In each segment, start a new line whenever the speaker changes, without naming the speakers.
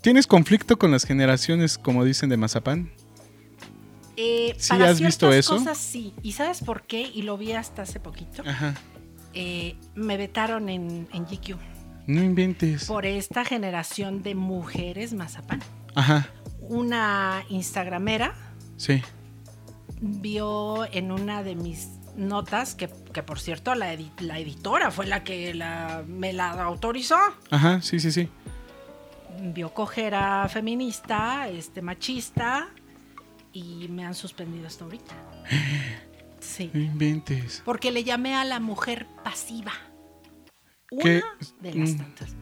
¿Tienes conflicto con las generaciones, como dicen, de Mazapán?
Eh,
¿Sí
para
has visto
ciertas
eso? Ah.
cosas sí. ¿Y sabes por qué? Y lo vi hasta hace poquito.
Ajá.
Eh, me vetaron en, en GQ
No inventes.
por esta generación de mujeres mazapán.
Ajá.
Una instagramera
Sí.
vio en una de mis notas, que, que por cierto la, edi- la editora fue la que la- me la autorizó,
Ajá. Sí, sí, sí.
vio coger a feminista, este machista, y me han suspendido hasta ahorita. Sí.
No inventes.
Porque le llamé a la mujer pasiva. Una
¿Qué?
de las
Mm.
tantas.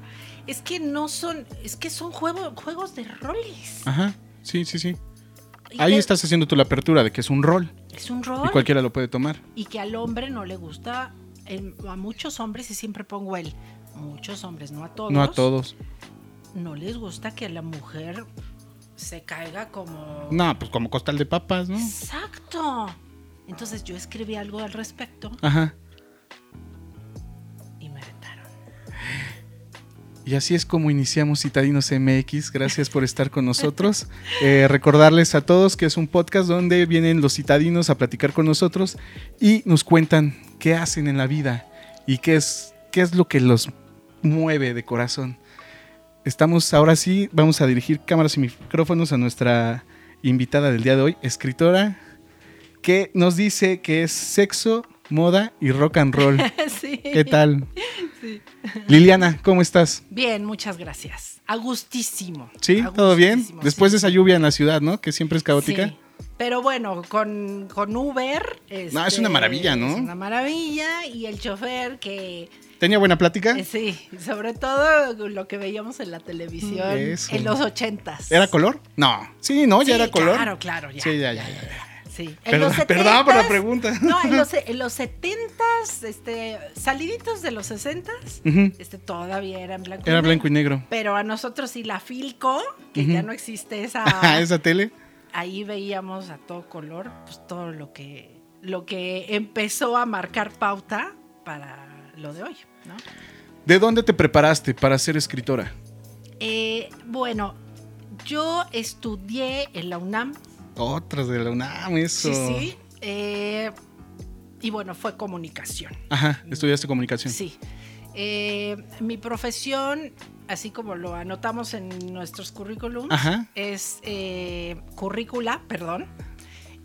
Es que no son, es que son juego- juegos de roles.
Ajá. Sí, sí, sí.
Y
Ah, Ahí
que
estás haciendo tú la apertura de que es un rol
Es un
y
rol.
cualquiera lo puede tomar.
Y que al hombre no le gusta, em, a muchos hombres, y siempre pongo el, muchos hombres, no a todos.
No a todos.
No les gusta que la mujer se caiga como...
No, pues como costal de papas, ¿no?
Exacto. Entonces yo escribí algo al respecto
Ajá.
y me vetaron.
Y así es como iniciamos Citadinos MX. Gracias por estar con nosotros. Eh, recordarles a todos que es un podcast donde vienen los citadinos a platicar con nosotros y nos cuentan qué hacen en la vida y qué es, qué es lo que los mueve de corazón. Estamos ahora sí, vamos a dirigir cámaras y micrófonos a nuestra invitada del día de hoy, escritora, que nos dice que es sexo, moda y rock and roll.
sí.
¿Qué tal? Liliana, ¿cómo estás?
Bien, muchas gracias. A gustísimo.
Sí,
A
todo bien.
gustísimo,
Después
Ah, sí.
de esa lluvia en la ciudad, ¿no? Que siempre es caótica.
Sí. Pero bueno, con, con Uber.
No, es
este,
una maravilla, ¿no? ¿Eh?
Es una maravilla. Y el chofer que.
¿Tenía buena plática?
eh, sí, sobre todo lo que veíamos en la televisión
Eso.
en los ochentas.
¿Era color? No. Sí, no, ya
Sí,
era color.
Claro, claro, ya.
sí, ya, ya. ya.
Sí. En
Perdón,
los
perdón por la
70s,
pregunta.
No, en los, en los 70s, este, saliditos de los 60s,
Ujú.
este, todavía era en blanco
Era blanco y negro.
Pero a nosotros y la Filco, que
Ujú. Ah,
ya no existe esa,
esa tele.
ahí veíamos a todo color pues todo lo que lo que empezó a marcar pauta para lo de hoy, ¿no?
¿De dónde te preparaste para ser escritora?
Eh, bueno, yo estudié en la UNAM,
Otras de la UNAM, eso.
sí, sí, eh, y bueno, fue comunicación,
Ajá, estudiaste comunicación.
sí. Eh, mi profesión, así como lo anotamos en nuestros currículums,
Ajá.
es eh, currícula, perdón,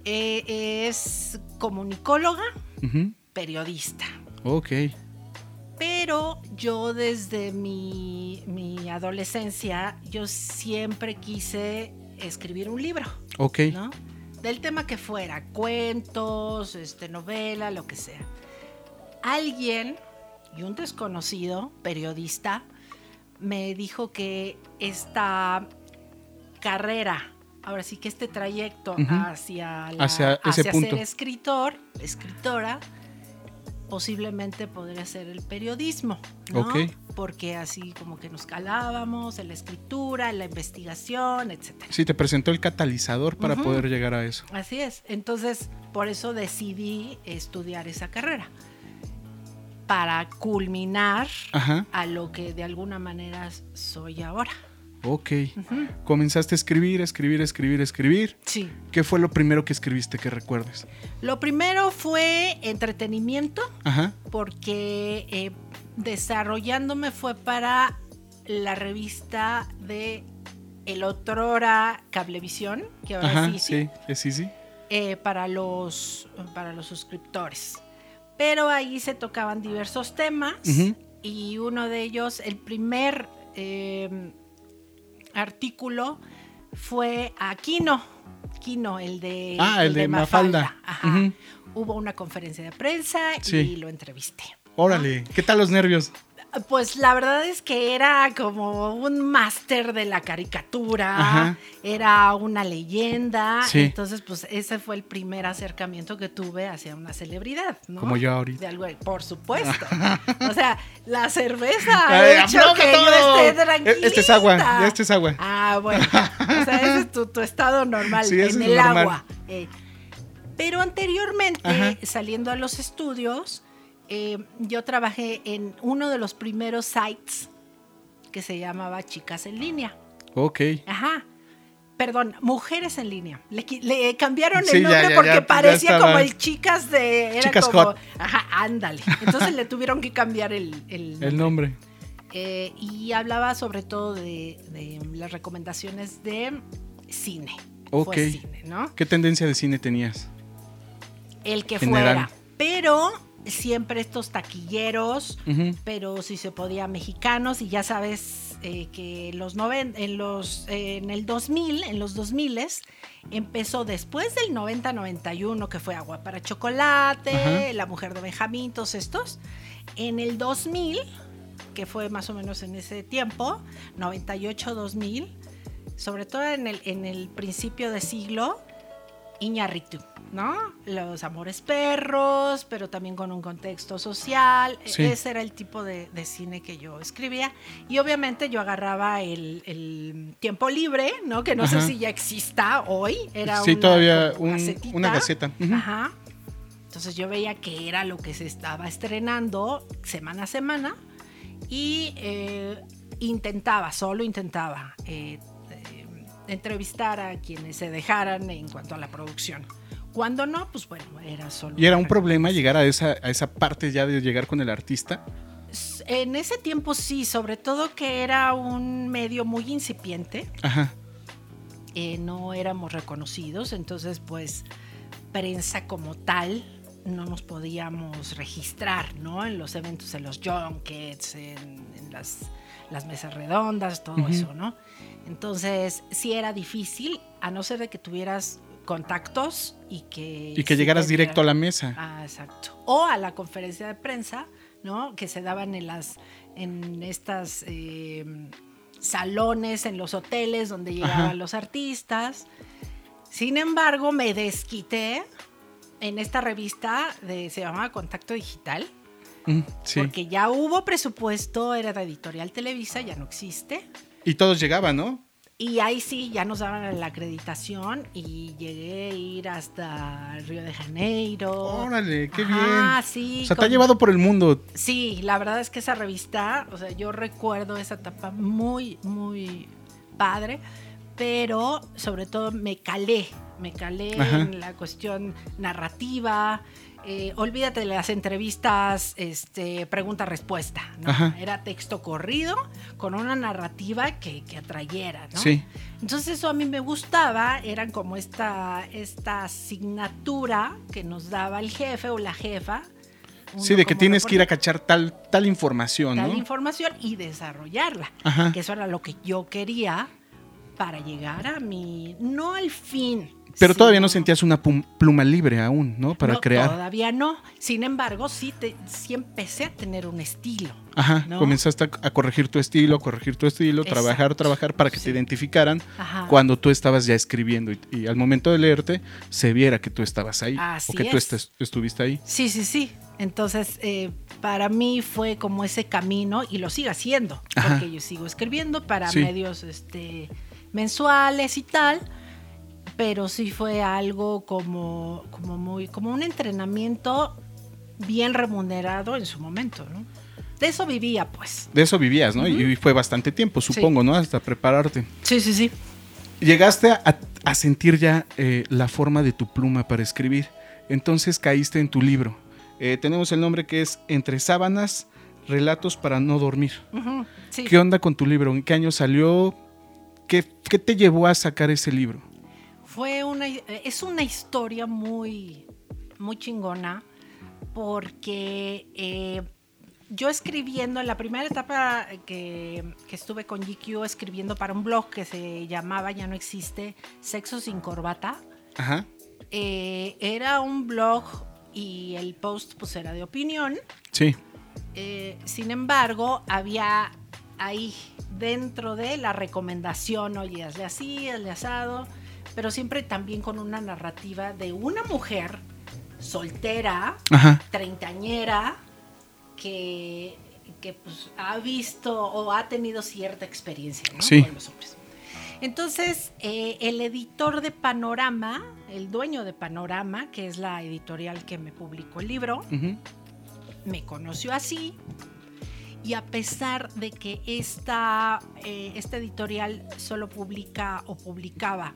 eh, es comunicóloga,
Ujú.
periodista.
Ok.
Pero yo desde mi, mi adolescencia, yo siempre quise escribir un libro,
Ok.
¿no? Del tema que fuera, cuentos, este, novela, lo que sea. Alguien, y un desconocido periodista, me dijo que esta carrera, ahora sí que este trayecto
Ujú.
hacia, la-
Hacia ese punto.
ser escritor, escritora, posiblemente podría ser el periodismo, ¿no?
Ok.
Porque así como que nos calábamos en la escritura, en la investigación, etcétera.
Sí, te presentó el catalizador para
Ujú.
poder llegar a eso.
Así es. Entonces, por eso decidí estudiar esa carrera. Para culminar
Ajá.
a lo que de alguna manera soy ahora.
Ok.
Ujú.
Comenzaste a escribir, a escribir, a escribir, a escribir.
Sí.
¿Qué fue lo primero que escribiste que recuerdes?
Lo primero fue entretenimiento,
Ajá.
porque eh, desarrollándome fue para la revista de El Otrora Cablevisión, que ahora
Ajá,
sí, sí,
sí, es sí, sí.
eh, para, los, para los suscriptores. Pero ahí se tocaban diversos temas
Ujú.
y uno de ellos, el primer eh, artículo fue a Kino, Kino, el de,
Ah, el de Mafalda.
Ajá.
Ujú.
Hubo una conferencia de prensa
Sí.
y lo entrevisté.
Órale, ¿qué tal los nervios?
Pues la verdad es que era como un máster de la caricatura,
Ajá.
era una leyenda,
Sí.
entonces pues ese fue el primer acercamiento que tuve hacia una celebridad, ¿no?
Como yo
De
ahorita.
algo, por supuesto. o sea, la cerveza
Ay,
ha Ah, hecho
afloja
que
todo.
yo esté
E- Este es agua,
tranquilita.
este es agua.
Ah, bueno. O sea, ese es tu, tu estado normal
Sí, ese
en
es
el
normal.
agua. Eh, pero anteriormente,
Ajá.
saliendo a los estudios, eh, yo trabajé en uno de los primeros sites que se llamaba Chicas en Línea.
Ok.
Ajá. Perdón, mujeres en línea. Le, qui- le cambiaron
Sí,
el
ya,
nombre
ya,
porque
ya, ya
parecía
estaba.
como el chicas de. Era
Chicas
como,
hot.
Ajá, ándale. Entonces le tuvieron que cambiar el, el
El nombre.
eh, y hablaba sobre todo de, de las recomendaciones de cine.
Ok.
Fue cine, ¿no?
¿Qué tendencia de cine tenías?
El que
General.
fuera. Pero siempre estos taquilleros,
Ujú.
pero si se podía mexicanos y ya sabes eh, que en los noven, en los eh, en el 2000, en los 2000 empezó después del 90-91 que fue Agua para chocolate,
Ajá.
La mujer de Benjamín, todos estos. En el 2000, que fue más o menos en ese tiempo, 98-2000, sobre todo en el en el principio de siglo, Iñarritu, ¿no? Los amores perros, pero también con un contexto social. E-,
Sí.
Ese era el tipo de, de cine que yo escribía. Y obviamente yo agarraba el, el tiempo libre, ¿no? Que no sé
Ajá.
si ya exista hoy. Era
sí,
una
todavía
como
un-
gacetita.
una gaceta. Ujú.
Ajá. Entonces yo veía que era lo que se estaba estrenando semana a semana y eh, intentaba, solo intentaba eh, eh, entrevistar a quienes se dejaran en cuanto a la producción. Cuando no, pues bueno, era solo.
Y era un
una-
problema llegar a esa, a esa parte ya de llegar con el artista.
S- En ese tiempo sí, sobre todo que era un medio muy incipiente.
Ajá.
eh, no éramos reconocidos, entonces pues prensa como tal no nos podíamos registrar, ¿no? En los eventos, en los junkets, en, en las, las mesas redondas, todo
Ujú.
eso, ¿no? Entonces sí era difícil, a no ser de que tuvieras contactos y que...
Y que llegaras directo a la mesa.
Ah, exacto. O a la conferencia de prensa, ¿no? Que se daban en las, en estas eh, salones, en los hoteles donde llegaban
Ajá.
los artistas. Sin embargo, me desquité en esta revista de se llamaba Contacto Digital,
Mm, sí.
porque ya hubo presupuesto, era de Editorial Televisa, ya no existe.
Y todos llegaban, ¿no?
Y ahí sí, ya nos daban la acreditación y llegué a ir hasta Río de Janeiro.
Órale, qué
Ah,
bien.
sí.
o sea, te ha
con-
llevado por el mundo.
Sí, la verdad es que esa revista, o sea, yo recuerdo esa etapa muy, muy padre, pero sobre todo me calé, me calé
Ajá.
en la cuestión narrativa. eh, olvídate de las entrevistas, este, pregunta-respuesta, ¿no?
Ajá.
Era texto corrido con una narrativa que, que atrayera, ¿no?
Sí.
Entonces eso a mí me gustaba, eran como esta, esta asignatura que nos daba el jefe o la jefa.
Sí,
uno
de que
como
tienes que ir a
reportero,
cachar tal, tal información,
tal
¿no?
información y desarrollarla,
Ajá.
que eso era lo que yo quería para llegar a mi, no al fin.
Pero todavía no
sino-
sentías una pum- pluma libre aún, ¿no? Para
No,
crear.
Todavía no, sin embargo sí, te, sí empecé a tener un estilo.
Ajá.
¿no?
Comenzaste a, a corregir tu estilo, a corregir tu estilo,
Exacto.
trabajar, trabajar para que
Sí.
te identificaran
Ajá.
cuando tú estabas ya escribiendo y, y al momento de leerte se viera que tú estabas ahí
Así
o que tú
es.
estes- estuviste ahí.
Sí, sí, sí. Entonces, eh, para mí fue como ese camino y lo sigo haciendo,
Ajá.
porque yo sigo escribiendo para
Sí.
medios este, mensuales y tal, pero sí fue algo como, como, muy, como un entrenamiento bien remunerado en su momento, ¿no? De eso vivía, pues.
De eso vivías, ¿no? Y- Y fue bastante tiempo, supongo, ¿no? Hasta prepararte.
Sí, sí, sí.
Llegaste a, a sentir ya eh, la forma de tu pluma para escribir. Entonces caíste en tu libro. Eh, tenemos el nombre que es Entre sábanas, relatos para no dormir.
Ujú, sí.
¿Qué onda con tu libro? ¿En qué año salió? ¿Qué, qué te llevó a sacar ese libro?
Fue una, es una historia muy, muy chingona porque eh, yo escribiendo, en la primera etapa que, que estuve con GQ escribiendo para un blog que se llamaba, ya no existe, Sexo sin corbata,
Ajá.
eh, era un blog y el post pues era de opinión,
Sí.
eh, sin embargo, había ahí dentro de la recomendación, oye, hazle así, hazle asado, pero siempre también con una narrativa de una mujer soltera,
Ajá.
treintañera, que, que, pues, ha visto o ha tenido cierta experiencia ¿no?
Sí.
con los hombres. Entonces, eh, el editor de Panorama, el dueño de Panorama, que es la editorial que me publicó el libro,
Ujú.
me conoció así Y a pesar de que esta, eh, esta editorial solo publica o publicaba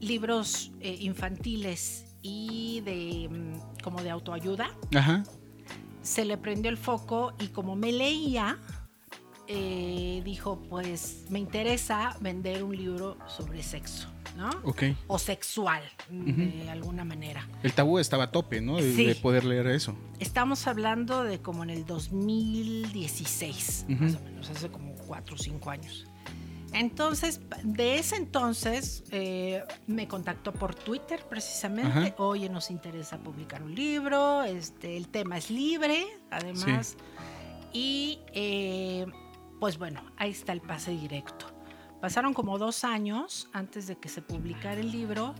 libros eh, infantiles y de mm, como de autoayuda,
Ajá.
se le prendió el foco y como me leía, eh, dijo, pues me interesa vender un libro sobre sexo, ¿no?
Ok.
O sexual,
Ujú.
de alguna manera.
El tabú estaba a tope, ¿no? De,
Sí.
de poder leer eso.
Estamos hablando de como en el 2016,
Ujú.
más o menos, hace como 4 o 5 años. Entonces, pa- de ese entonces, eh, me contactó por Twitter precisamente.
Ajá.
Oye, nos interesa publicar un libro, este, el tema es libre, además. Y eh, pues bueno, ahí está el pase directo. Pasaron como dos años antes de que se publicara el libro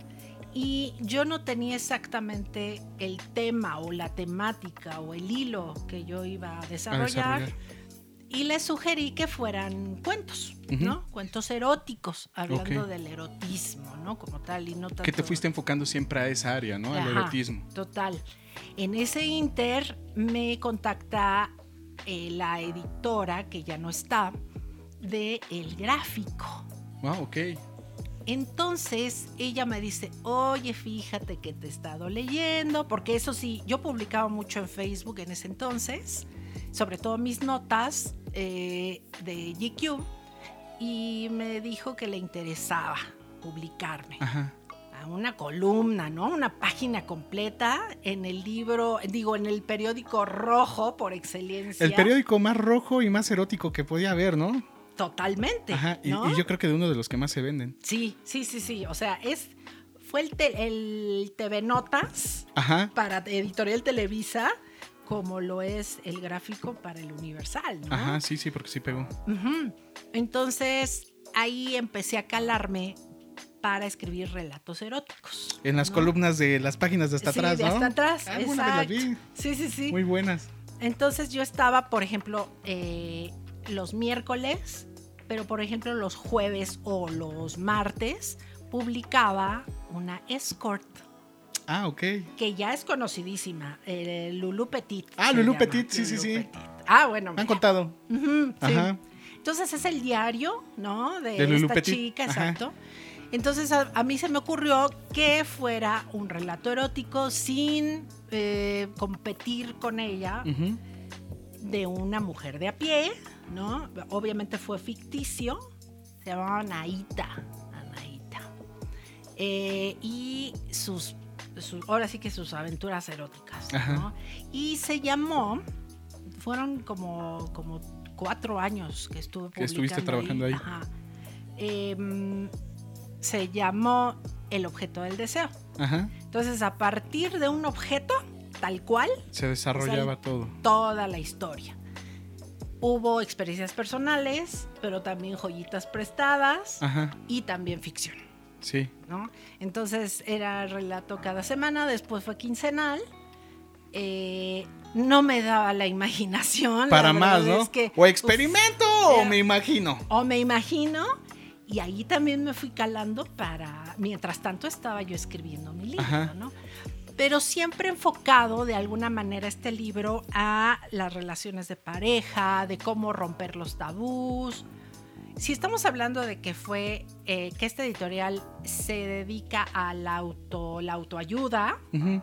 y yo no tenía exactamente el tema o la temática o el hilo que yo iba a
A
desarrollar,
Ah, desarrollar.
y les sugerí que fueran cuentos,
Ujú.
¿no? Cuentos eróticos, hablando
Ok.
del erotismo, ¿no? Como tal y no tanto
Que te fuiste enfocando siempre a esa área, ¿no? Al
Ajá,
erotismo.
Total. En ese inter me contacta eh, la editora, que ya no está, de El Gráfico.
Wow, ok.
Entonces ella me dice, oye, fíjate que te he estado leyendo, porque eso sí, yo publicaba mucho en Facebook en ese entonces, sobre todo mis notas eh, de GQ, y me dijo que le interesaba publicarme
Ajá.
a una columna, ¿no? Una página completa en el libro, digo, en el periódico rojo por excelencia.
El periódico más rojo y más erótico que podía haber, ¿no?
Totalmente.
Ajá. Y,
¿no?
y yo creo que de uno de los que más se venden.
Sí, sí, sí, sí. O sea, es fue el, te- el TV Notas
Ajá.
para Editorial Televisa, como lo es el gráfico para el Universal, ¿no?
Ajá, sí, sí, porque sí pegó.
Ujú. Entonces, ahí empecé a calarme para escribir relatos eróticos.
En las
¿no?
columnas de las páginas de hasta
Sí,
atrás,
de
¿no?
hasta atrás,
Alguna vez las
exacto.
vi.
Sí, sí, sí.
Muy buenas.
Entonces yo estaba, por ejemplo, eh, los miércoles, pero por ejemplo los jueves o los martes publicaba una escort
Ah, ok.
que ya es conocidísima, eh, Lulu Petit.
Ah,
se
Lulú
llama,
Petit, sí, sí, sí.
Ah, bueno.
Me han
mira.
contado.
Ujú, sí.
Ajá.
Entonces es el diario, ¿no? De,
De Lulú
esta
Petit.
chica,
Ajá.
exacto. Entonces a, a mí se me ocurrió que fuera un relato erótico sin eh, competir con ella,
Ujú.
de una mujer de a pie, ¿no? Obviamente fue ficticio, se llamaba Anaíta, Anaíta. Eh, y sus, sus- ahora sí que sus aventuras eróticas,
Ajá.
¿no? Y se llamó, fueron como, como cuatro años que estuve
Que estuviste
publicando
trabajando ahí.
Ajá. Em, se llamó El objeto del deseo.
Ajá.
Entonces, a partir de un objeto, tal cual,
Se desarrollaba
Sal-
todo.
toda la historia. Hubo experiencias personales, pero también joyitas prestadas
Ajá.
y también ficción,
Sí.
¿no? Entonces era relato cada semana, después fue quincenal. Eh, no me daba la imaginación. la
Para
verdad
más, ¿no?
es que,
o
pues,
experimento, o
era-
me imagino.
o me imagino. Y ahí también me fui calando para. Mientras tanto estaba yo escribiendo mi libro,
Ajá.
¿no? Pero siempre enfocado de alguna manera este libro a las relaciones de pareja, de cómo romper los tabús. Si estamos hablando de que fue eh, que esta editorial se dedica a la, auto, la autoayuda,
Ujú.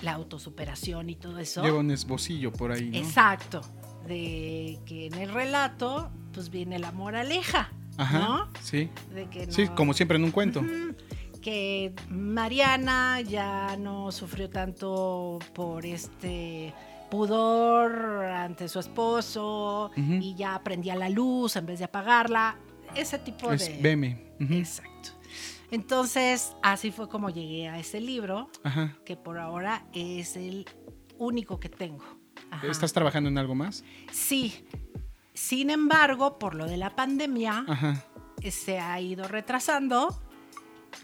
la autosuperación y todo eso.
Lleva un esbocillo por ahí, ¿no?
Exacto. De que en el relato, pues viene la moraleja,
Ajá.
¿no?
Sí.
De que
Sí,
no-
como siempre en un cuento.
Ujú. Que Mariana ya no sufrió tanto por este pudor ante su esposo
Ujú.
y ya prendía la luz en vez de apagarla. Ese tipo de.
Es veme. Ujú.
Exacto. Entonces, así fue como llegué a ese libro,
Ajá.
que por ahora es el único que tengo. Ajá.
¿Estás trabajando en algo más?
Sí. Sin embargo, por lo de la pandemia,
Ajá.
eh, se ha ido retrasando.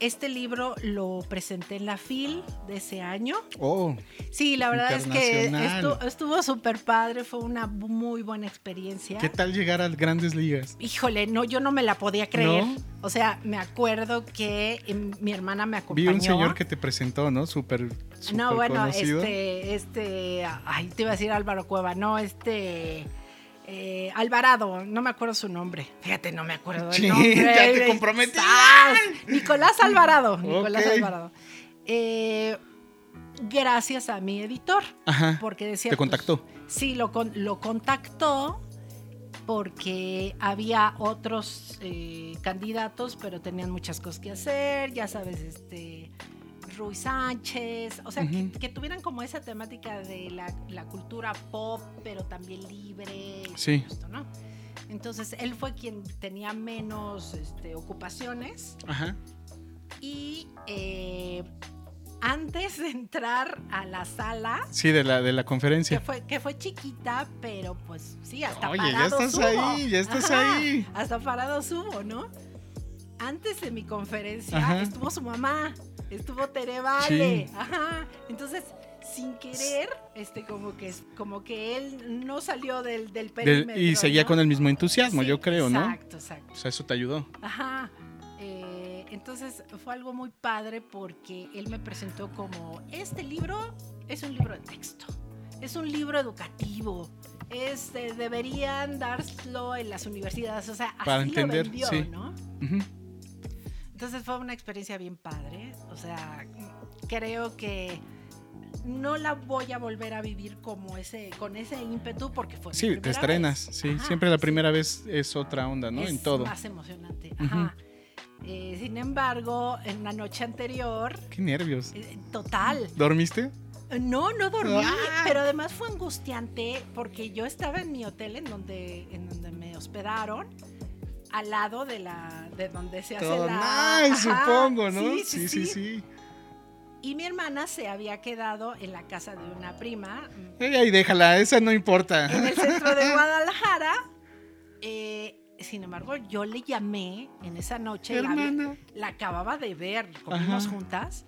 Este libro lo presenté en la FIL de ese año.
Oh,
Sí, la verdad es que
Internacional.
estu- estuvo súper padre, fue una bu- muy buena experiencia.
¿qué tal llegar a grandes ligas?
Híjole, no, yo no me la podía creer.
¿No?
O sea, me acuerdo que eh, mi hermana me
Vi
acompañó.
un señor que te presentó, ¿no? Súper, súper
No, bueno,
conocido.
este, este, ay, te iba a decir Álvaro Cueva, no, este, eh, Alvarado, no me acuerdo su nombre. Fíjate, no me acuerdo. del
Chin,
nombre.
ya te
Ahí
comprometí.
estás. Nicolás Alvarado. Nicolás
Ok.
Alvarado. Eh, gracias a mi editor,
Ajá.
porque decía.
Te
pues,
contactó.
Sí, lo, con- lo contactó porque había otros eh, candidatos, pero tenían muchas cosas que hacer, ya sabes, este, Ruy Sánchez, o sea, que-
Ujú.
que, tuvieran como esa temática de la, la cultura pop, pero también libre. y todo
Sí.
esto, ¿no? Entonces, él fue quien tenía menos este, ocupaciones
Ajá.
y eh, antes de entrar a la sala,
Sí, de la, de la
que
conferencia.
fue, que fue chiquita, pero pues sí, hasta
Oye, ya
parado
estás
subo.
ahí, ya estás
Ajá,
ahí.
Hasta parado subo, ¿no? Antes de mi conferencia
Ajá.
estuvo su mamá, estuvo Tere Vale,
Sí.
ajá. Entonces, sin querer, este como que como que él no salió del, del
Del-
perímetro.
y seguía
¿no?
con el mismo entusiasmo,
Sí,
yo creo, ¿no?
Exacto, exacto.
O sea, eso te ayudó.
Ajá. Eh, entonces fue algo muy padre porque él me presentó como, este libro es un libro de texto, es un libro educativo, este, deberían dárselo en las universidades, o sea, así
Para entender,
lo vendió,
sí.
¿no?
Ujú.
Entonces fue una experiencia bien padre, o sea, creo que no la voy a volver a vivir como ese, con ese ímpetu porque fue... mi
Sí, te
primera
estrenas.
vez.
Sí,
Ajá,
siempre la
sí.
primera vez es otra onda, ¿no?
Es
en todo.
más emocionante. Ajá. Eh, sin embargo, en la noche anterior,
Qué nervios.
eh, total.
¿Dormiste?
No, no dormí,
Ah.
pero además fue angustiante porque yo estaba en mi hotel en donde, en donde me hospedaron. Al lado de la de donde se hace
Todo
la
nice,
Ajá.
supongo, ¿no?
Sí sí sí,
sí.
Y mi hermana se había quedado en la casa de una prima mm,
Eh, ahí déjala, esa no importa.
en el centro de Guadalajara. Eh, sin embargo, yo le llamé en esa noche. la vi-
Hermana.
la acababa de ver, comimos
Ajá.
juntas,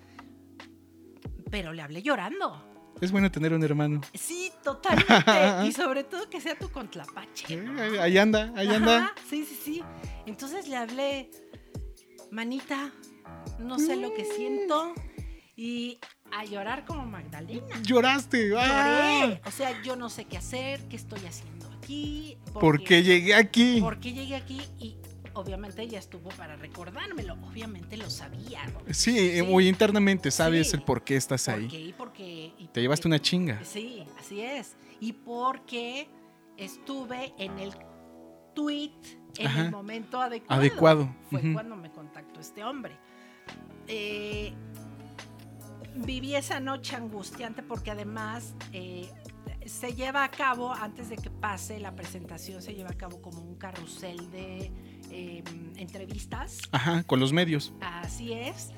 pero le hablé llorando.
Es bueno tener un hermano.
Sí, totalmente. y sobre todo que sea tu contlapache.
Eh,
¿no?
ahí- Ahí anda, ahí
Ajá,
anda.
Sí, sí, sí. Entonces le hablé, manita, no sé lo
Mm.
que siento. Y a llorar como Magdalena.
Lloraste. ¡Ah!
Lloré. O sea, yo no sé qué hacer, qué estoy haciendo aquí.
¿Por qué llegué aquí?
¿Por qué llegué aquí? Y obviamente ella estuvo para recordármelo. Obviamente lo sabía. ¿no?
Sí, eh,
Sí.
muy internamente sabes
Sí.
el por qué estás
¿Por
ahí.
qué? ¿Y por qué? ¿Y
Te llevaste una chinga.
Sí, así es. Y porque estuve en el tweet en
Ajá.
el momento adecuado.
Adecuado.
Fue
Ujú.
cuando me contactó este hombre. Eh, viví esa noche angustiante porque además eh, se lleva a cabo, antes de que pase la presentación, se lleva a cabo como un carrusel de eh, entrevistas.
Ajá, con los medios.
Así es.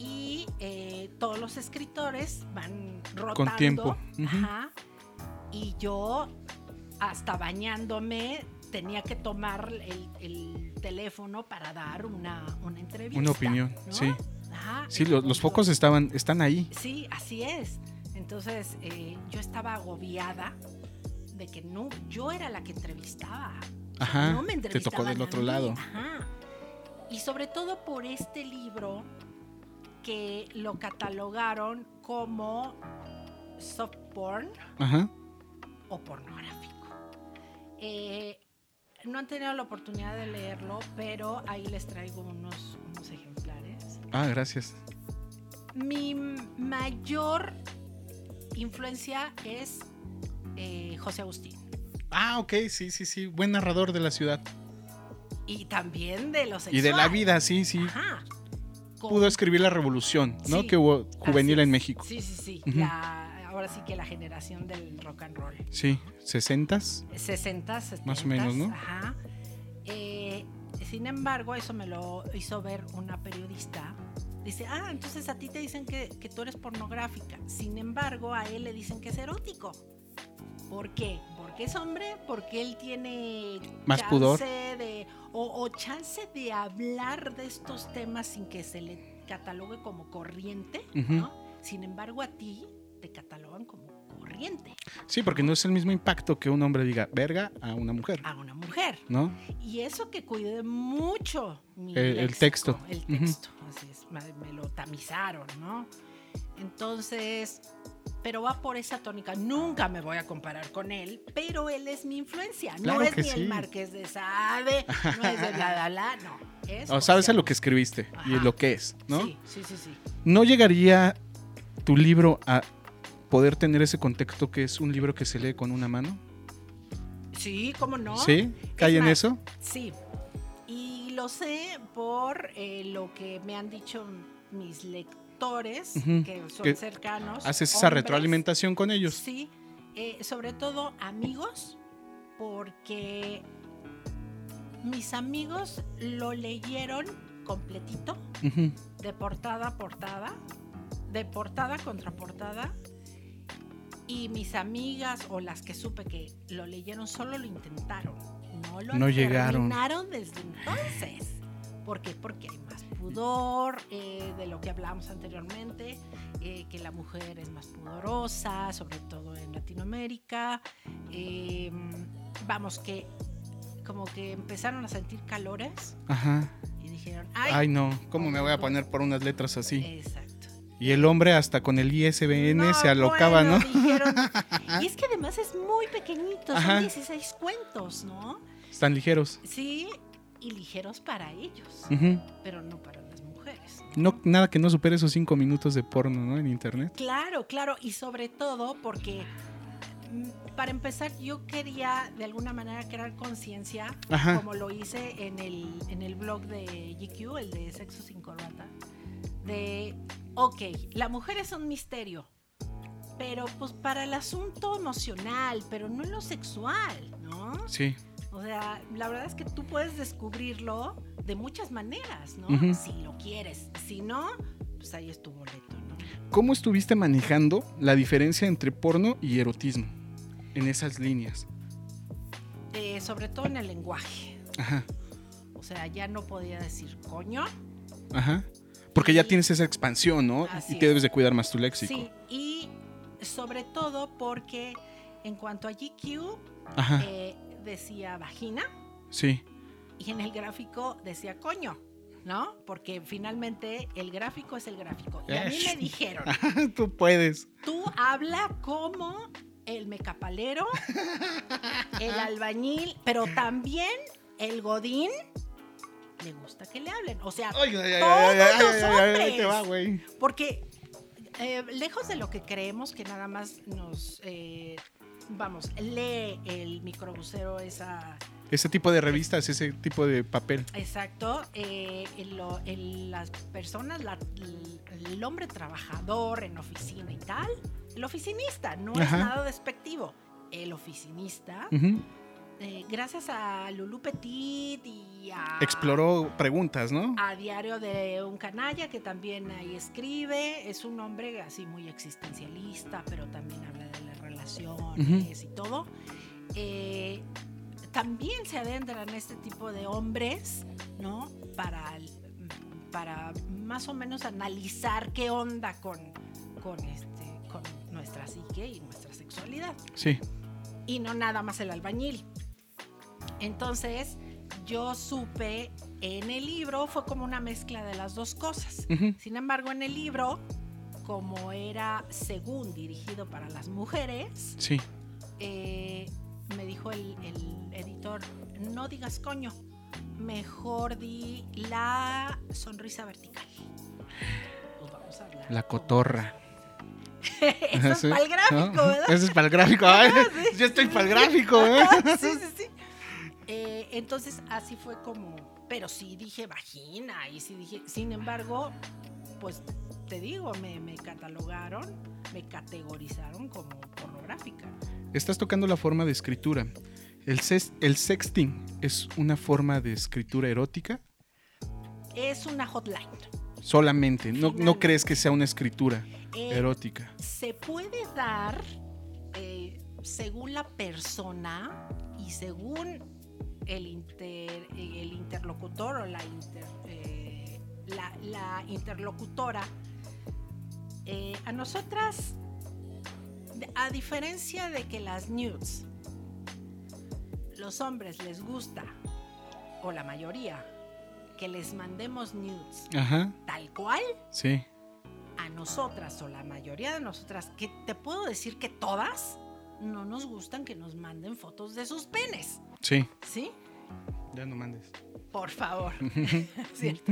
Y eh, todos los escritores van rotando.
tiempo. Ujú.
Ajá. Y yo, hasta bañándome, tenía que tomar el, el teléfono para dar una, una entrevista.
Una opinión,
¿no?
sí.
Ajá.
Sí, lo- los
Entonces,
focos estaban, están ahí.
Sí, así es. Entonces, eh, yo estaba agobiada de que no, yo era la que entrevistaba
Ajá.
no me
te tocó
entrevistaban
del
a
otro
mí.
lado.
Ajá. Y sobre todo por este libro que lo catalogaron como soft porn
Ajá.
o pornográfico. Eh, no han tenido la oportunidad de leerlo, pero ahí les traigo unos, unos ejemplares.
Ah, gracias.
Mi mayor influencia es eh, José Agustín.
Ah, ok, sí, sí, sí. Buen narrador de la ciudad.
Y también de los
Y de la vida, sí, sí.
Ajá. Con-
Pudo escribir la revolución, ¿no?
Sí,
que hubo
Así
juvenil
es.
en México.
Sí, sí, sí.
Ujú.
La- ahora sí que la generación del rock and roll.
Sí, sesentas.
60, 70.
Más o menos, ¿no?
Ajá. Eh, sin embargo, eso me lo hizo ver una periodista. Dice, ah, entonces a ti te dicen que, que tú eres pornográfica. Sin embargo, a él le dicen que es erótico. ¿Por qué? Porque es hombre, porque él tiene
Más
chance
pudor.
de o, o chance de hablar de estos temas sin que se le catalogue como corriente,
Ujú.
¿no? Sin embargo, a ti te catalogan como corriente
Sí, porque no es el mismo impacto que un hombre diga verga a una mujer,
a una mujer.
¿no?
Y eso que cuidé mucho mi
El- el
léxico,
texto.
El
Ujú.
texto, así es, ma- me, lo tamizaron, ¿no? Entonces, pero va por esa tónica. Nunca me voy a comparar con él, pero él es mi influencia.
Claro
no es
que
ni
sí.
el Marqués de Sade, no es de bla, bla, bla, no. Es
O sabes a
José
lo que escribiste y
Ajá.
lo que es, ¿no?
Sí, sí, sí, sí.
¿No llegaría tu libro a poder tener ese contexto que es un libro que se lee con una mano?
Sí, ¿cómo no?
¿Sí? ¿Cae en
más,
eso?
Sí. Y lo sé por eh, lo que me han dicho mis lectores,
Ujú,
que son
que
cercanos.
¿Haces esa
hombres.
retroalimentación con ellos?
Sí, eh, sobre todo amigos, porque mis amigos lo leyeron completito,
Ujú.
de portada a portada, de portada contra portada. Y mis amigas o las que supe que lo leyeron solo lo intentaron. No lo
No llegaron.
terminaron desde entonces. ¿Por qué? Porque hay más pudor eh, de lo que hablábamos anteriormente, eh, que la mujer es más pudorosa, sobre todo en Latinoamérica. Eh, vamos, que como que empezaron a sentir calores
Ajá.
y dijeron,
Ay, no. ¿Cómo me voy a poner por unas letras así?
Exacto.
Y el hombre hasta con el ISBN
Eh. No,
se alocaba,
bueno,
¿no?
dijeron- y es que además es muy pequeñito,
Ajá.
son 16 cuentos, ¿no?
Están ligeros.
Sí, y ligeros para ellos,
Ujú.
pero no para las mujeres.
No, nada que no supere esos cinco minutos de porno, ¿no? En internet.
Claro, claro, y sobre todo porque mm, para empezar yo quería de alguna manera crear conciencia,
Ajá.
como lo hice en el, en el blog de GQ, el de Sexo sin Corbata, de, ok, la mujer es un misterio, pero pues para el asunto emocional, pero no en lo sexual, ¿no?
Sí.
O sea, la verdad es que tú puedes descubrirlo de muchas maneras, ¿no?
Ujú.
Si lo quieres, si no, pues ahí es tu boleto, ¿no?
¿Cómo estuviste manejando la diferencia entre porno y erotismo en esas líneas?
Eh, sobre todo en el lenguaje.
Ajá,
O sea, ya no podía decir coño.
ajá. Porque ya tienes esa expansión, ¿no?
Así
y te
es.
debes de cuidar más tu léxico.
Sí, y sobre todo porque en cuanto a GQ
Ajá,
eh, decía vagina
sí.
y en el gráfico decía coño, ¿no? Porque finalmente el gráfico es el gráfico. Y a mí me
Eso.
dijeron,
Tú puedes.
tú habla como el mecapalero, el albañil, pero también el godín. Le gusta que le hablen. O sea,
Ay, ay, ay,
Todos
ay, ay,
los
ay, ay, ahí te
hombres.
va, güey.
Porque eh, lejos de lo que creemos que nada más nos... eh, vamos, lee el microbusero esa...
Ese tipo de revistas, ese tipo de papel.
Exacto. eh, en lo- en las personas, la- el hombre trabajador en oficina y tal. El oficinista, no es
Ajá. Mm.
nada despectivo. El oficinista,
Ujú.
eh, gracias a Lulu Petit y a...
Exploró preguntas, ¿no?
a Diario de un Canalla, que también ahí escribe. Es un hombre así muy existencialista, pero también habla de las relaciones y todo. Eh, también se adentran este tipo de hombres, ¿no? Para, para más o menos analizar qué onda con, con, este, con nuestra psique y nuestra sexualidad
Sí.
y no nada más el albañil. Entonces, yo supe en el libro, fue como una mezcla de las dos cosas.
Ujú.
Sin embargo, en el libro, como era según dirigido para las mujeres,
Sí.
eh, me dijo el, el editor, no digas coño, mejor di la sonrisa vertical. Pues vamos a hablar
La
como-
cotorra.
Eso es
Sí,
para el gráfico,
¿no?
¿verdad?
Eso es para el gráfico. Ay,
Sí,
yo estoy
sí,
para el
sí.
gráfico, ¿eh?
sí, sí, sí. Eh, entonces así fue como, pero sí dije vagina y sí dije, sin embargo, pues te digo, me, me catalogaron, me categorizaron como pornográfica.
Estás tocando la forma de escritura. El, ses- el sexting es una forma de escritura erótica
Es una hotline.
solamente. No, no
Finalmente.
crees que sea una escritura
Eh,
erótica.
se puede dar eh, según la persona y según el, inter- el interlocutor o la, inter- eh, la, la interlocutora. Eh, a nosotras, de- a diferencia de que las nudes, los hombres les gusta, o la mayoría, que les mandemos nudes
Ajá,
tal cual,
sí.
a a nosotras o la mayoría de nosotras, que te puedo decir que todas no nos gustan que nos manden fotos de sus penes,
Sí,
¿sí?
ya no mandes.
Por favor. ¿Cierto?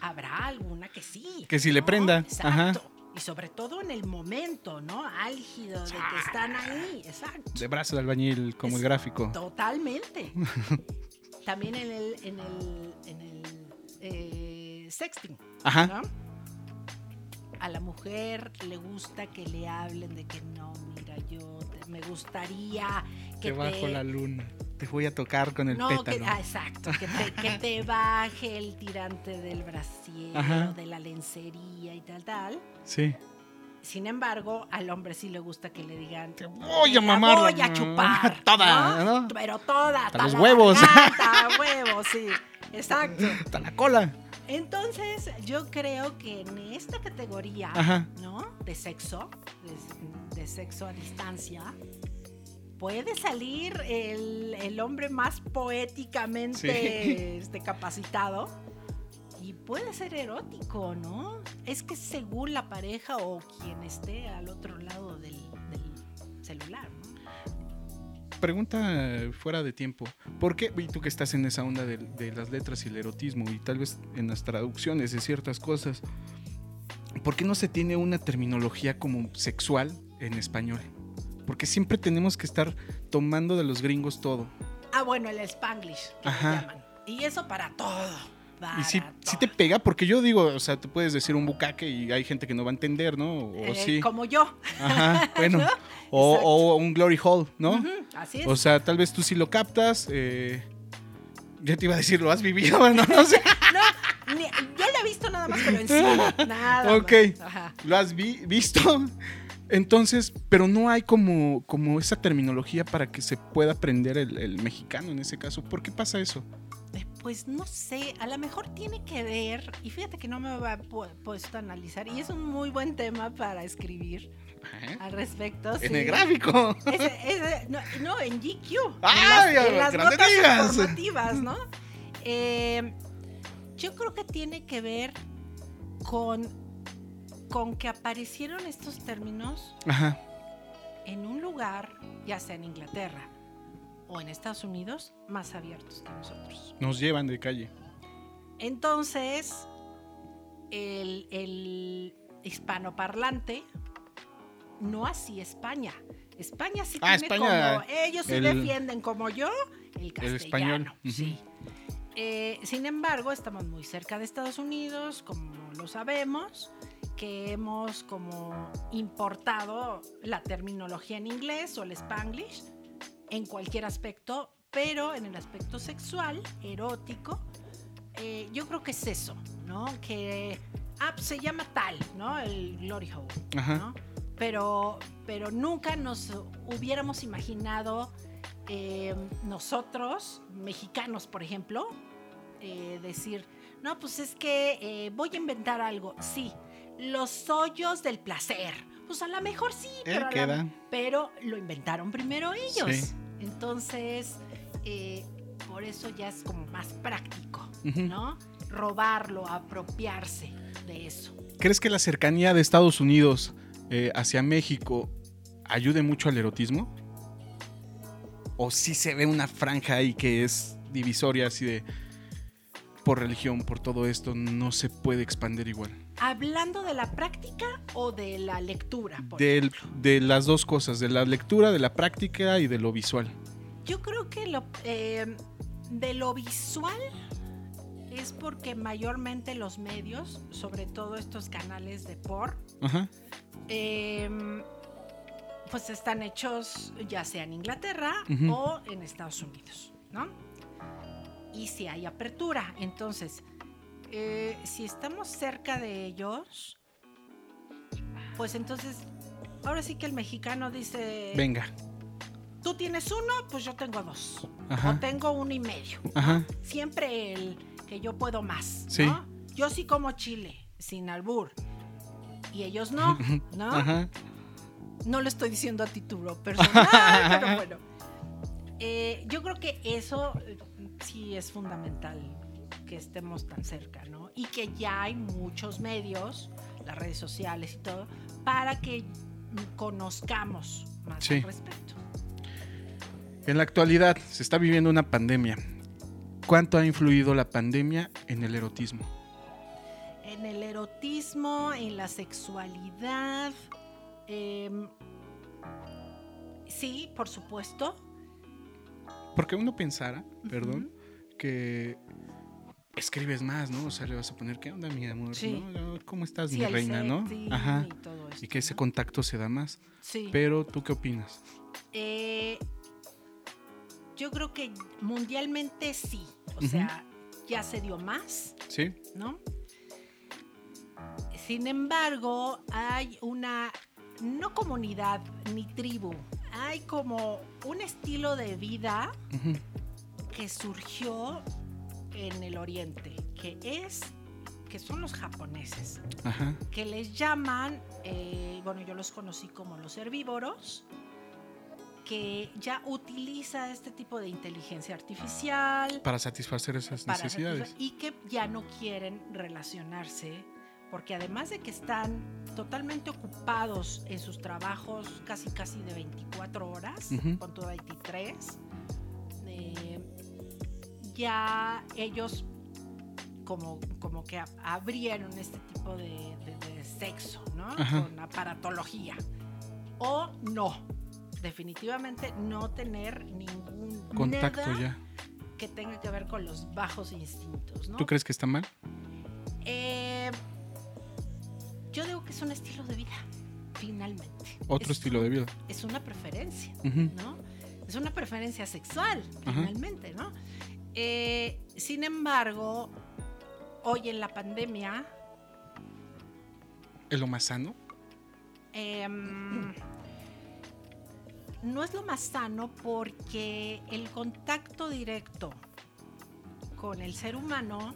Habrá alguna que sí.
Que sí le prenda,
Exacto.
ajá.
Y sobre todo en el momento, ¿no? Álgido de que están ahí. Exacto.
De brazo de albañil, como el
Es-
gráfico.
Totalmente. También en el, en el, en el eh, sexting.
Ajá.
¿no? A la mujer le gusta que le hablen de que no, mira, yo te- me gustaría que
Te bajo
te-
la luna. Te voy a tocar con el
no,
pétalo.
Que, ah, exacto, que te, que te baje el tirante del brasier
Ajá.
o de la lencería y tal, tal.
Sí.
Sin embargo, al hombre sí le gusta que le digan. Te
voy a
la
mamar,
Voy a
mamá".
chupar.
Toda,
¿no?
¿no?
Pero toda.
Hasta los
la
huevos.
garganta, huevos, sí. Exacto.
Hasta la cola.
Entonces, yo creo que en esta categoría,
Ajá.
¿no? De sexo, de, de sexo a distancia, puede salir el, el hombre más poéticamente
Sí.
este, capacitado y puede ser erótico, ¿no? Es que según la pareja o quien esté al otro lado del, del celular, ¿no?
Pregunta eh, fuera de tiempo. ¿Por qué? Y tú que estás en esa onda de, de las letras y el erotismo y tal vez en las traducciones de ciertas cosas. ¿Por qué no se tiene una terminología como sexual en español? Porque siempre tenemos que estar tomando de los gringos todo.
Ah, bueno, el spanglish, que le
Ajá.
llaman. Y eso para todo. Para
Y sí, sí
todo.
te pega, porque yo digo, o sea, tú puedes decir un bucaque y hay gente que no va a entender, ¿no? O
Eh,
sí.
Como yo.
Ajá, bueno.
¿No?
O,
Exacto.
o un glory hall, ¿no?
Ujú, Así es.
O sea, tal vez tú sí lo captas. eh, ya te iba a decir, lo has vivido, ¿no? No sé.
No, ni- yo lo he visto nada más, pero encima. Nada.
Ok.
Más. Ajá.
Lo has vi- visto. Entonces, pero no hay como, como esa terminología para que se pueda aprender el, el mexicano en ese caso. ¿Por qué pasa eso?
Eh, Pues no sé, a lo mejor tiene que ver, y fíjate que no me había pu- puesto a analizar, y es un muy buen tema para escribir
Ajá.
al respecto. Ah, sí.
En el gráfico.
Ese- ese- no, no, en GQ.
Ay,
en las, en las
grandes
notas
ligas.
informativas, ¿no? Eh, yo creo que tiene que ver con, con que aparecieron estos términos
Ajá.
en un lugar, ya sea en Inglaterra o en Estados Unidos, más abiertos que nosotros.
Nos llevan de calle.
Entonces, el, el hispanoparlante no así España. España sí
Ah,
tiene
España,
como. Ellos sí
el-
defienden como yo el castellano.
español, ujú.
Sí. Eh, sin embargo, estamos muy cerca de Estados Unidos, como lo sabemos, que hemos como importado la terminología en inglés o el spanglish en cualquier aspecto, pero en el aspecto sexual, erótico, eh, yo creo que es eso, ¿no? Que, ah, pues se llama tal, ¿no? El glory hole,
Ajá.
¿no? Pero, pero nunca nos hubiéramos imaginado eh, nosotros, mexicanos, por ejemplo, eh, decir, no, pues es que eh, voy a inventar algo.
Ah.
Sí, los hoyos del placer. Pues a lo mejor sí,
Eh,
pero, a la-
queda.
pero lo inventaron primero ellos.
Sí.
Entonces, eh, por eso ya es como más práctico,
Ujú.
¿no? Robarlo, apropiarse de eso.
¿Crees que la cercanía de Estados Unidos eh, hacia México ayude mucho al erotismo? ¿O sí se ve una franja ahí que es divisoria así de por religión, por todo esto, no se puede expandir igual?
Hablando de la práctica o de la lectura, Ah, por
Del-
ejemplo.
de las dos cosas, de la lectura, de la práctica y de lo visual.
Yo creo que lo, eh, de lo visual es porque mayormente los medios, sobre todo estos canales de por,
Ajá.
eh, pues están hechos ya sea en Inglaterra
Ujú.
o en Estados Unidos, ¿no? Y si hay apertura, entonces, eh, si estamos cerca de ellos, pues entonces, ahora sí que el mexicano dice,
Venga.
tú tienes uno, pues yo tengo dos, o
Ajá.
tengo uno y medio.
Ajá.
Siempre el que yo puedo más,
Sí.
¿no? Yo sí como chile, sin albur. Y ellos no, ¿no?
Ajá.
No lo estoy diciendo a título personal, pero bueno. Eh, yo creo que eso eh, sí es fundamental que estemos tan cerca, ¿no? Y que ya hay muchos medios las redes sociales y todo, para que conozcamos más
Sí.
al respecto.
En la actualidad se está viviendo una pandemia. ¿Cuánto ha influido la pandemia en el erotismo?
En el erotismo, en la sexualidad. em, sí, por supuesto.
Porque uno pensara, perdón, que escribes más, ¿no? O sea, le vas a poner, ¿qué onda, mi amor?
Sí.
¿No? ¿Cómo estás,
Sí,
Pues mi
el
reina, no?
sexting
Ajá.
Y, todo esto,
Y que ese
¿no?
contacto se da más.
Sí.
Pero, ¿tú qué opinas?
Eh, yo creo que mundialmente sí. O
Ujú.
sea, ya se dio más,
¿Sí?
¿no? Sin embargo, hay una, no comunidad ni tribu, hay como un estilo de vida
Ujú.
que surgió en el oriente, que es, que son los japoneses,
Ajá.
que les llaman, eh, bueno, yo los conocí como los herbívoros, que ya utiliza este tipo de inteligencia artificial
Para satisfacer esas
para
necesidades.
satisfacer- y que ya no quieren relacionarse, porque además de que están totalmente ocupados en sus trabajos casi casi de 24 horas,
Ujú.
con todo 23, eh, ya ellos como, como que ab- abrieron este tipo de, de- de sexo, ¿no?
Ajá.
Con aparatología. O no, definitivamente no tener ningún
Contacto
nada
ya.
que tenga que ver con los bajos instintos, ¿no?
¿Tú crees que está mal?
Eh, yo digo que es un estilo de vida, finalmente.
Otro
Es-
estilo de vida.
Es una preferencia,
Ujú.
¿no? Es una preferencia sexual,
Ajá.
finalmente, ¿no? Eh, sin embargo, hoy en la pandemia,
¿Es lo más sano?
em, no es lo más sano porque el contacto directo con el ser humano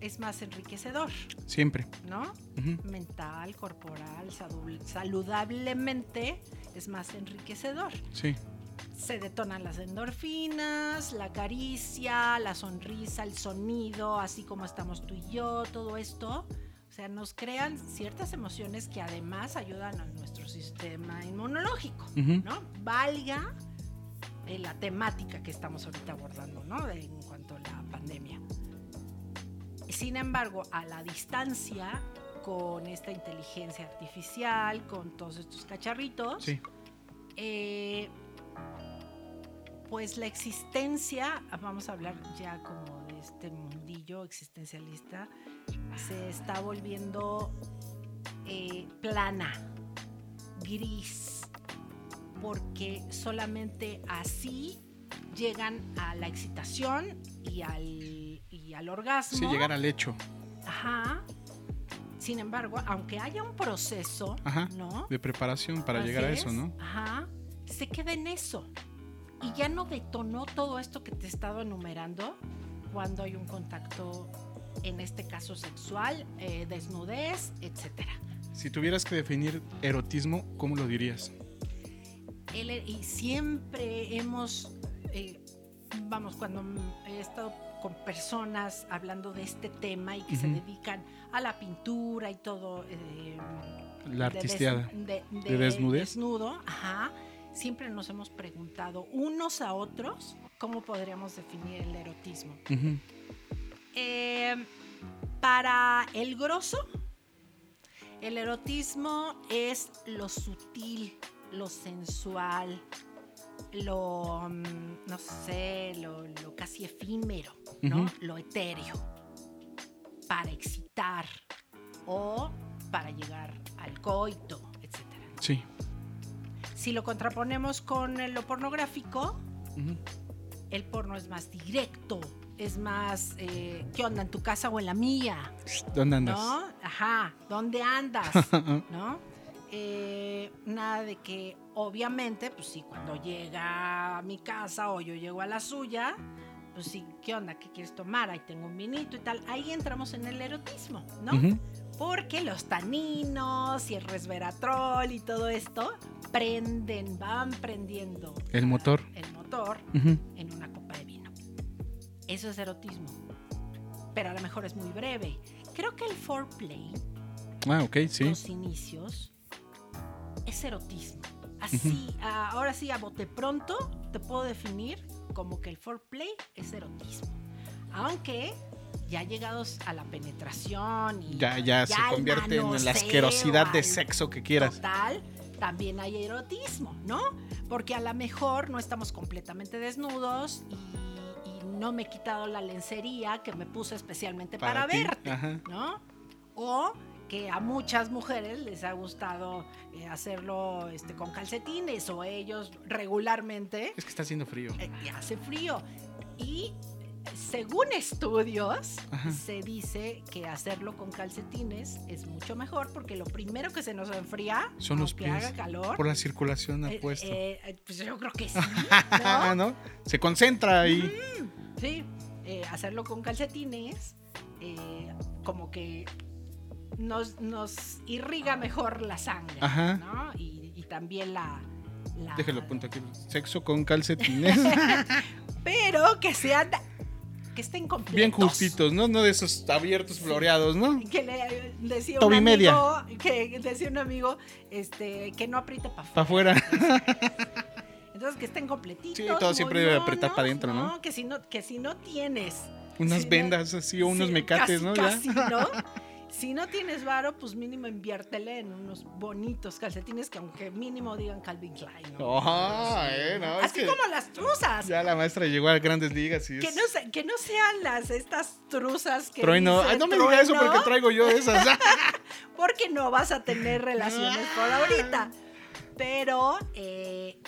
es más enriquecedor,
Siempre.
¿no?
Ujú.
mental, corporal, sadu- saludablemente es más enriquecedor.
Sí.
Se detonan las endorfinas, la caricia, la sonrisa, el sonido, así como estamos tú y yo, todo esto. O sea, nos crean ciertas emociones que además ayudan a nuestro sistema inmunológico,
Ujú.
¿no? Valga eh, la temática que estamos ahorita abordando, ¿no? De- en cuanto a la pandemia. Sin embargo, a la distancia, con esta inteligencia artificial, con todos estos cacharritos,
Sí.
eh, pues la existencia, vamos a hablar ya como de este mundillo existencialista, se está volviendo eh, plana, gris, porque solamente así llegan a la excitación y al, y al orgasmo.
Sí, llegar al hecho.
Ajá. Sin embargo, aunque haya un proceso,
Ajá.
¿no?
De preparación para llegar a
Así
eso,
es.
¿no?
Ajá. Se queda en eso. Y ya no detonó todo esto que te he estado enumerando cuando hay un contacto, en este caso sexual, eh, desnudez, etcétera.
Si tuvieras que definir erotismo, ¿cómo lo dirías?
Él- eh, y siempre hemos, eh, vamos, cuando mm, he estado con personas hablando de este tema y que se
Ujú.
dedican a la pintura y todo. eh,
La
de
artisteada.
des- De,
¿De desnudez?
Desnudo, ajá. Siempre nos hemos preguntado unos a otros cómo podríamos definir el erotismo.
Ujú.
Eh, para el grosso, el erotismo es lo sutil, lo sensual, lo, mm, no sé, lo, lo casi efímero, ¿no?
Ujú.
Lo etéreo, para excitar o para llegar al coito, etc.
Sí.
Si lo contraponemos con eh, lo pornográfico,
Ujú.
el porno es más directo, es más, eh, ¿qué onda? ¿En tu casa o en la mía?
¿Dónde andas?
¿No? Ajá, ¿dónde andas? ¿No? Eh, nada de que, obviamente, pues sí, cuando
Ah.
llega a mi casa o yo llego a la suya, pues sí, ¿qué onda? ¿Qué quieres tomar? Ahí tengo un vinito y tal. Ahí entramos en el erotismo, ¿no?
Ujú.
Porque los taninos y el resveratrol y todo esto prenden, van prendiendo.
El
a-
motor.
El motor
Ujú.
en una copa de vino. Eso es erotismo. Pero a lo mejor es muy breve. Creo que el foreplay
Ah, ok, sí.
los inicios, es erotismo. Así, a- ahora sí, a bote pronto, te puedo definir como que el foreplay es erotismo. Aunque ya llegados a la penetración y
Ya, ya, se
al
convierte en la
manoseo,
asquerosidad de
al
sexo que quieras.
Total, también hay erotismo, ¿no? Porque a lo mejor no estamos completamente desnudos y, y no me he quitado la lencería que me puse especialmente para,
ti.
verte,
Ajá.
¿no? O que a muchas mujeres les ha gustado eh, hacerlo este, con calcetines o ellos regularmente
Es que está haciendo frío.
eh, y hace frío. Y según estudios,
Ajá.
se dice que hacerlo con calcetines es mucho mejor porque lo primero que se nos enfría,
Son los
aunque
pies.
haga calor,
Por la circulación
eh,
apuesto.
eh, eh, pues yo creo que sí.
Ah,
¿no?
¿no? Se concentra ahí.
Sí, eh, hacerlo con calcetines, eh, como que nos, nos irriga mejor la sangre,
Ah. Ajá.
¿no? Y, y también la... la-
Déjelo apunto aquí. Sexo con calcetines.
Pero que sean... Que estén completos.
Bien justitos, ¿no? No de esos abiertos, floreados, ¿no?
que le decía
Toby
un
media.
amigo que decía un amigo este que no aprieta para
Para afuera.
entonces que estén completitos
Sí, todo siempre debe apretar pa' dentro, ¿no?
que si no que si no tienes
Unas
Sí, no.
vendas así o unos
sí,
mecates,
casi,
¿no? Ya.
casi, ¿no? si no tienes varo pues mínimo inviértele en unos bonitos calcetines que aunque mínimo digan Calvin Klein ¿no?
Ah, eh, no, es
así
que
como las truzas
ya la maestra llegó a grandes ligas y
que
es...
no, se- que no sean las estas truzas que
Trueno.
dice
Ay, no me diga eso
trueno.
porque traigo yo esas. Ah,
porque no vas a tener relaciones por
Ah.
ahorita. Pero eh,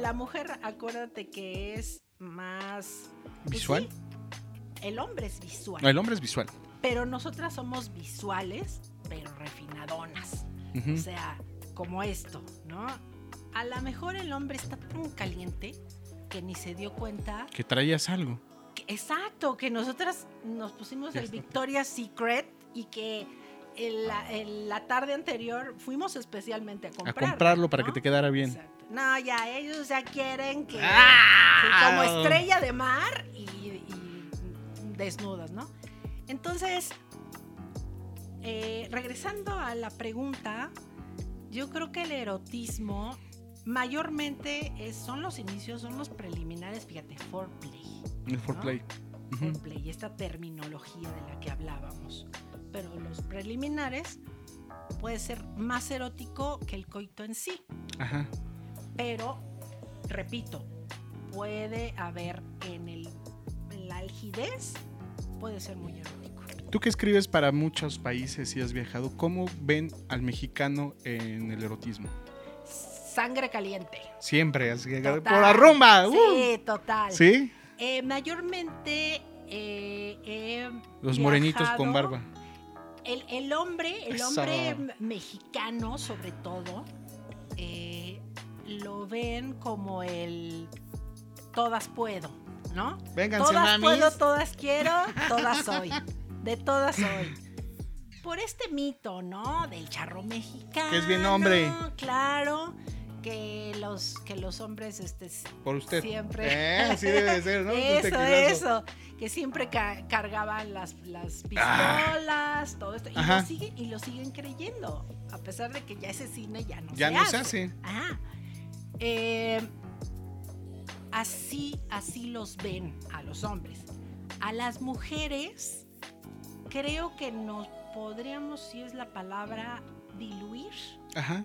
la mujer, acuérdate que es más pues
¿Visual?
sí, el hombre es visual,
No, el hombre es visual.
pero nosotras somos visuales, pero refinadonas.
Ujú.
O sea, como esto, ¿no? A lo mejor el hombre está tan caliente que ni se dio cuenta.
Que traías algo.
que- exacto, que nosotras nos pusimos
Ya
el
está.
Victoria's Secret y que en la, en la tarde anterior fuimos especialmente a
A
comprarlo.
comprarlo para que
¿no?
te quedara bien.
Exacto. No, ya, ellos ya quieren que.
¡Ah!
que como estrella de mar y, y desnudas, ¿no? Entonces, eh, regresando a la pregunta, yo creo que el erotismo mayormente es- son los inicios, son los preliminares, fíjate, foreplay.
El foreplay. Ujú.
Foreplay, esta terminología de la que hablábamos. Pero los preliminares puede ser más erótico que el coito en sí.
Ajá.
Pero, repito, puede haber en, el, en la algidez, puede ser muy erótico.
Tú que escribes para muchos países y has viajado, ¿cómo ven al mexicano en el erotismo?
Sangre caliente.
Siempre, así que
Total.
por la rumba. uh.
Sí, total.
¿Sí?
Eh, mayormente eh, he
Los morenitos con
viajado-
barba.
El, el hombre, el
Eso.
hombre m- mexicano sobre todo, eh, lo ven como el todas puedo, ¿no?
Vénganse, mamis.
Todas puedo, todas quiero, todas soy. De todas soy. Por este mito, ¿no? Del charro mexicano.
Que es bien hombre.
Claro. Que los, que los hombres este, s-
Por usted.
siempre.
Eh, así debe de ser, ¿no? Un
eso,
tequilazo.
eso. Que siempre ca- cargaban las, las pistolas, todo esto. Y
Ah. Ajá.
lo, sigue- y lo siguen creyendo. A pesar de que ya ese cine ya no
Ya
se
no
hace.
se hace.
Ah, eh, así, así los ven a los hombres. A las mujeres creo que nos podríamos, si es la palabra, diluir
Ajá.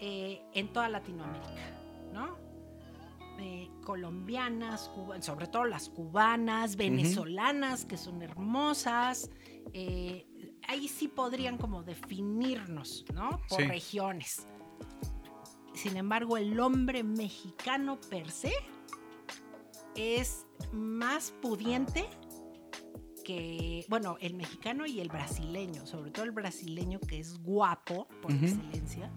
eh, en toda Latinoamérica, ¿no? Eh, colombianas, cuba- sobre todo las cubanas, venezolanas, que son hermosas. eh, ahí sí podrían como definirnos, ¿no? Por
Sí.
regiones. Sin embargo, el hombre mexicano per se es más pudiente que, bueno, el mexicano y el brasileño, sobre todo el brasileño que es guapo por
Ujú.
excelencia.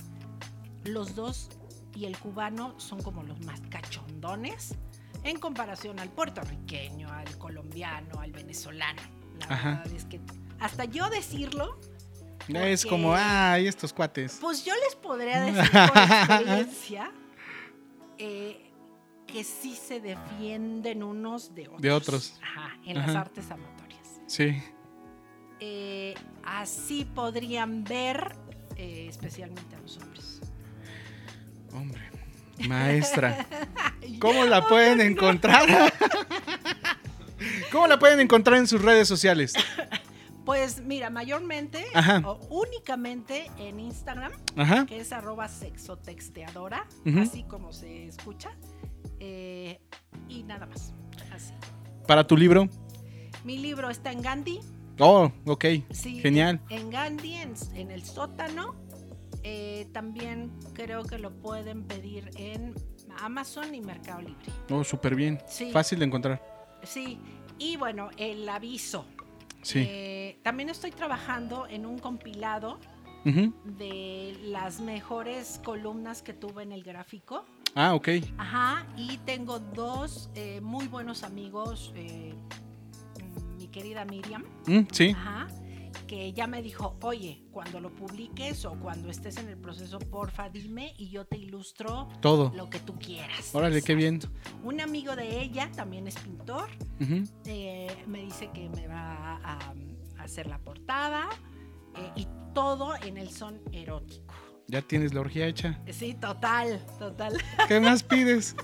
Los dos y el cubano son como los más cachondones en comparación al puertorriqueño, al colombiano, al venezolano. La
Ajá.
verdad es que hasta yo decirlo,
Es
Porque-
como, ay, estos cuates.
pues yo les podría decir por experiencia eh, que sí se defienden unos de otros.
De otros.
Ajá, en las
Ajá.
artes amatorias.
Sí.
eh, así podrían ver eh, especialmente a los hombres.
Hombre, maestra, ¿cómo la pueden encontrar? ¿Cómo la pueden encontrar en sus redes sociales?
Pues mira, mayormente
Ajá.
o únicamente en Instagram,
Ajá.
que es arroba sexotexteadora,
Ujú.
así como se escucha, eh, y nada más. Así.
Para tu libro.
Mi libro está en Gandhi,
Oh, ok.
sí,
Genial.
en Gandhi, en, en el sótano. Eh, también creo que lo pueden pedir en Amazon y Mercado Libre.
Oh, súper bien.
Sí,
Fácil de encontrar.
sí. Y bueno, el aviso.
Sí.
Eh, también estoy trabajando en un compilado
Ujú.
de las mejores columnas que tuve en el gráfico.
Ah, ok.
Ajá, y tengo dos eh, muy buenos amigos, eh, mi querida Miriam,
Mm, sí.
ajá, que ya me dijo, oye, cuando lo publiques o cuando estés en el proceso, porfa, dime y yo te ilustro
Todo.
lo que tú quieras.
Órale, qué bien.
Un amigo de ella también es pintor,
Ujú.
eh, me dice que me va a, a hacer la portada eh, y todo en el son erótico.
Ya tienes la orgía hecha.
Sí, total, total.
¿Qué más pides?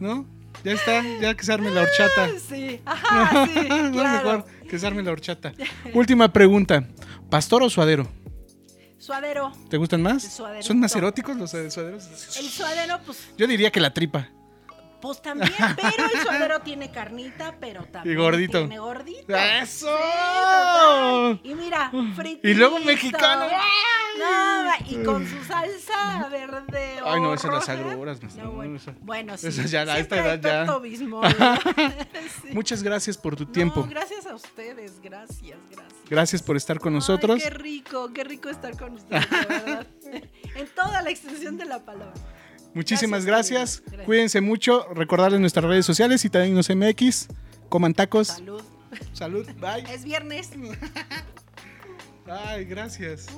¿No? Ya está, ya que se arme la horchata.
Sí, ajá, sí,
Ah. No,
claro.
mejor que se arme la horchata. Última pregunta. ¿Pastor o suadero?
Suadero.
¿Te gustan más?
El suaderito.
¿Son más eróticos los eh, suaderos?
El suadero, pues,
Yo diría que la tripa.
pues también, pero el suadero tiene carnita, pero también.
Y gordito. Ah,
Tiene gordito.
¡Eso!
total. Y mira, fritito.
Ah. Y luego mexicano.
No, y con su salsa verde.
Ay, no,
o
esas las
roja.
agruras, me-
No,
no,
bueno,
esa-
bueno, sí.
esas ya a esta
siempre
edad ya.
Pepto Bismol. Sí.
Muchas gracias por tu tiempo.
¿eh? No, gracias a ustedes, gracias, gracias.
Gracias por estar con
Ay,
nosotros.
qué rico, qué rico estar con ustedes, de verdad. en toda la extensión de la palabra.
Muchísimas
Gracias,
gracias.
querido. Gracias.
Cuídense mucho. Recordarles nuestras redes sociales, Citadinos MX. Coman tacos.
Salud.
Salud. Bye.
Es viernes.
Ay, gracias.